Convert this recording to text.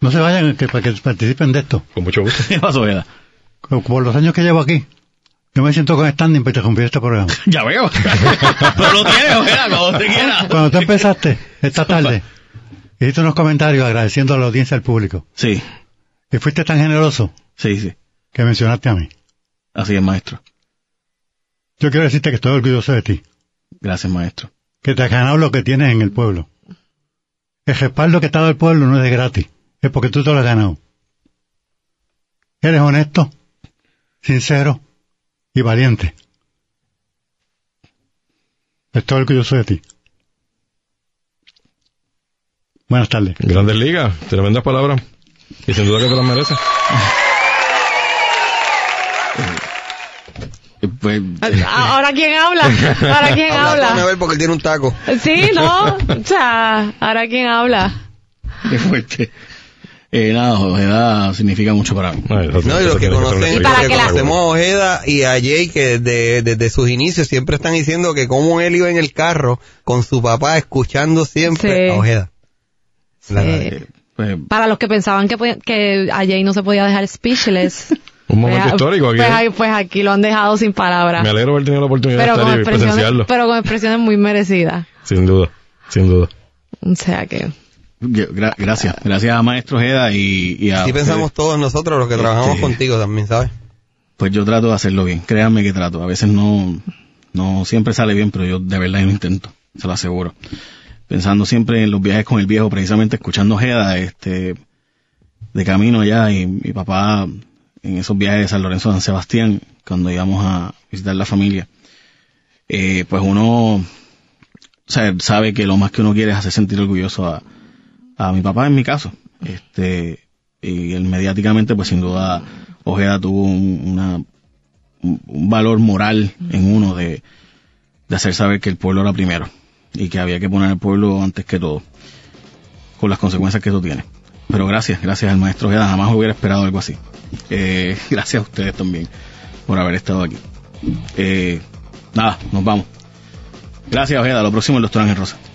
No se vayan que, para que participen de esto. Con mucho gusto. ¿Qué pasó, Ojeda? Por, por los años que llevo aquí, yo me siento con standing para interrumpir este programa. Ya veo. Pero lo tienes, Ojeda, cuando te quiera. Cuando tú empezaste, esta tarde, hiciste unos comentarios agradeciendo a la audiencia al público. Sí, Y fuiste tan generoso sí, sí. que mencionaste a mí. Así es, maestro. Yo quiero decirte que estoy orgulloso de ti, Gracias, maestro. que te has ganado lo que tienes en el pueblo. El respaldo que te ha dado el pueblo no es de gratis, es porque tú te lo has ganado. Eres honesto, sincero y valiente. Estoy orgulloso de ti. Buenas tardes. Grandes ligas, tremendas palabras. Y sin duda que te las mereces. Eh, Pues, A- Ahora quién habla, ahora quién Ponme a habla. ver porque él tiene un taco. Sí, no, o sea, ahora quién habla. qué fuerte. Eh, nada, Ojeda significa mucho para mí. Ay, eso- No, y eso los que tiene ser una conocen, Y los para experiencia. que que la- conocemos a Ojeda y a Jay, que desde, desde sus inicios siempre están diciendo que como él iba en el carro con su papá escuchando siempre Sí. a Ojeda. La- Sí. Eh, pues, Para los que pensaban que, po- que a Jay no se podía dejar speechless. Un momento pues, histórico aquí, Pues, ¿eh? ahí- pues aquí lo han dejado sin Me palabras. alegro haber tenido la oportunidad Pero de con, estar y expresiones, presenciarlo. pero con expresiones muy merecidas. Sin duda, sin duda. O sea que. yo- gra- gracias. Gracias a maestro Ojeda y, y a... Así pensamos todos nosotros, los que trabajamos Este- contigo también, ¿sabes? Pues yo trato de hacerlo bien, créanme que trato. A veces no, no siempre sale bien, pero yo de verdad lo intento, se lo aseguro. Pensando siempre en los viajes con el viejo, precisamente escuchando Jeda, este, de camino allá, y mi papá en esos viajes de San Lorenzo a San Sebastián, cuando íbamos a visitar la familia, eh, pues uno o sea, sabe que lo más que uno quiere es hacer sentir orgulloso a, a mi papá en mi caso. Este, y él mediáticamente, pues sin duda, Ojeda tuvo un, una- un- un valor moral en uno de, de hacer saber que el pueblo era primero y que había que poner al pueblo antes que todo, con las consecuencias que eso tiene. Pero gracias, gracias al maestro Ojeda, jamás hubiera esperado algo así. Eh, gracias a ustedes también por haber estado aquí. Eh, nada, nos vamos. Gracias Ojeda, lo próximo es los Toran en Rosa.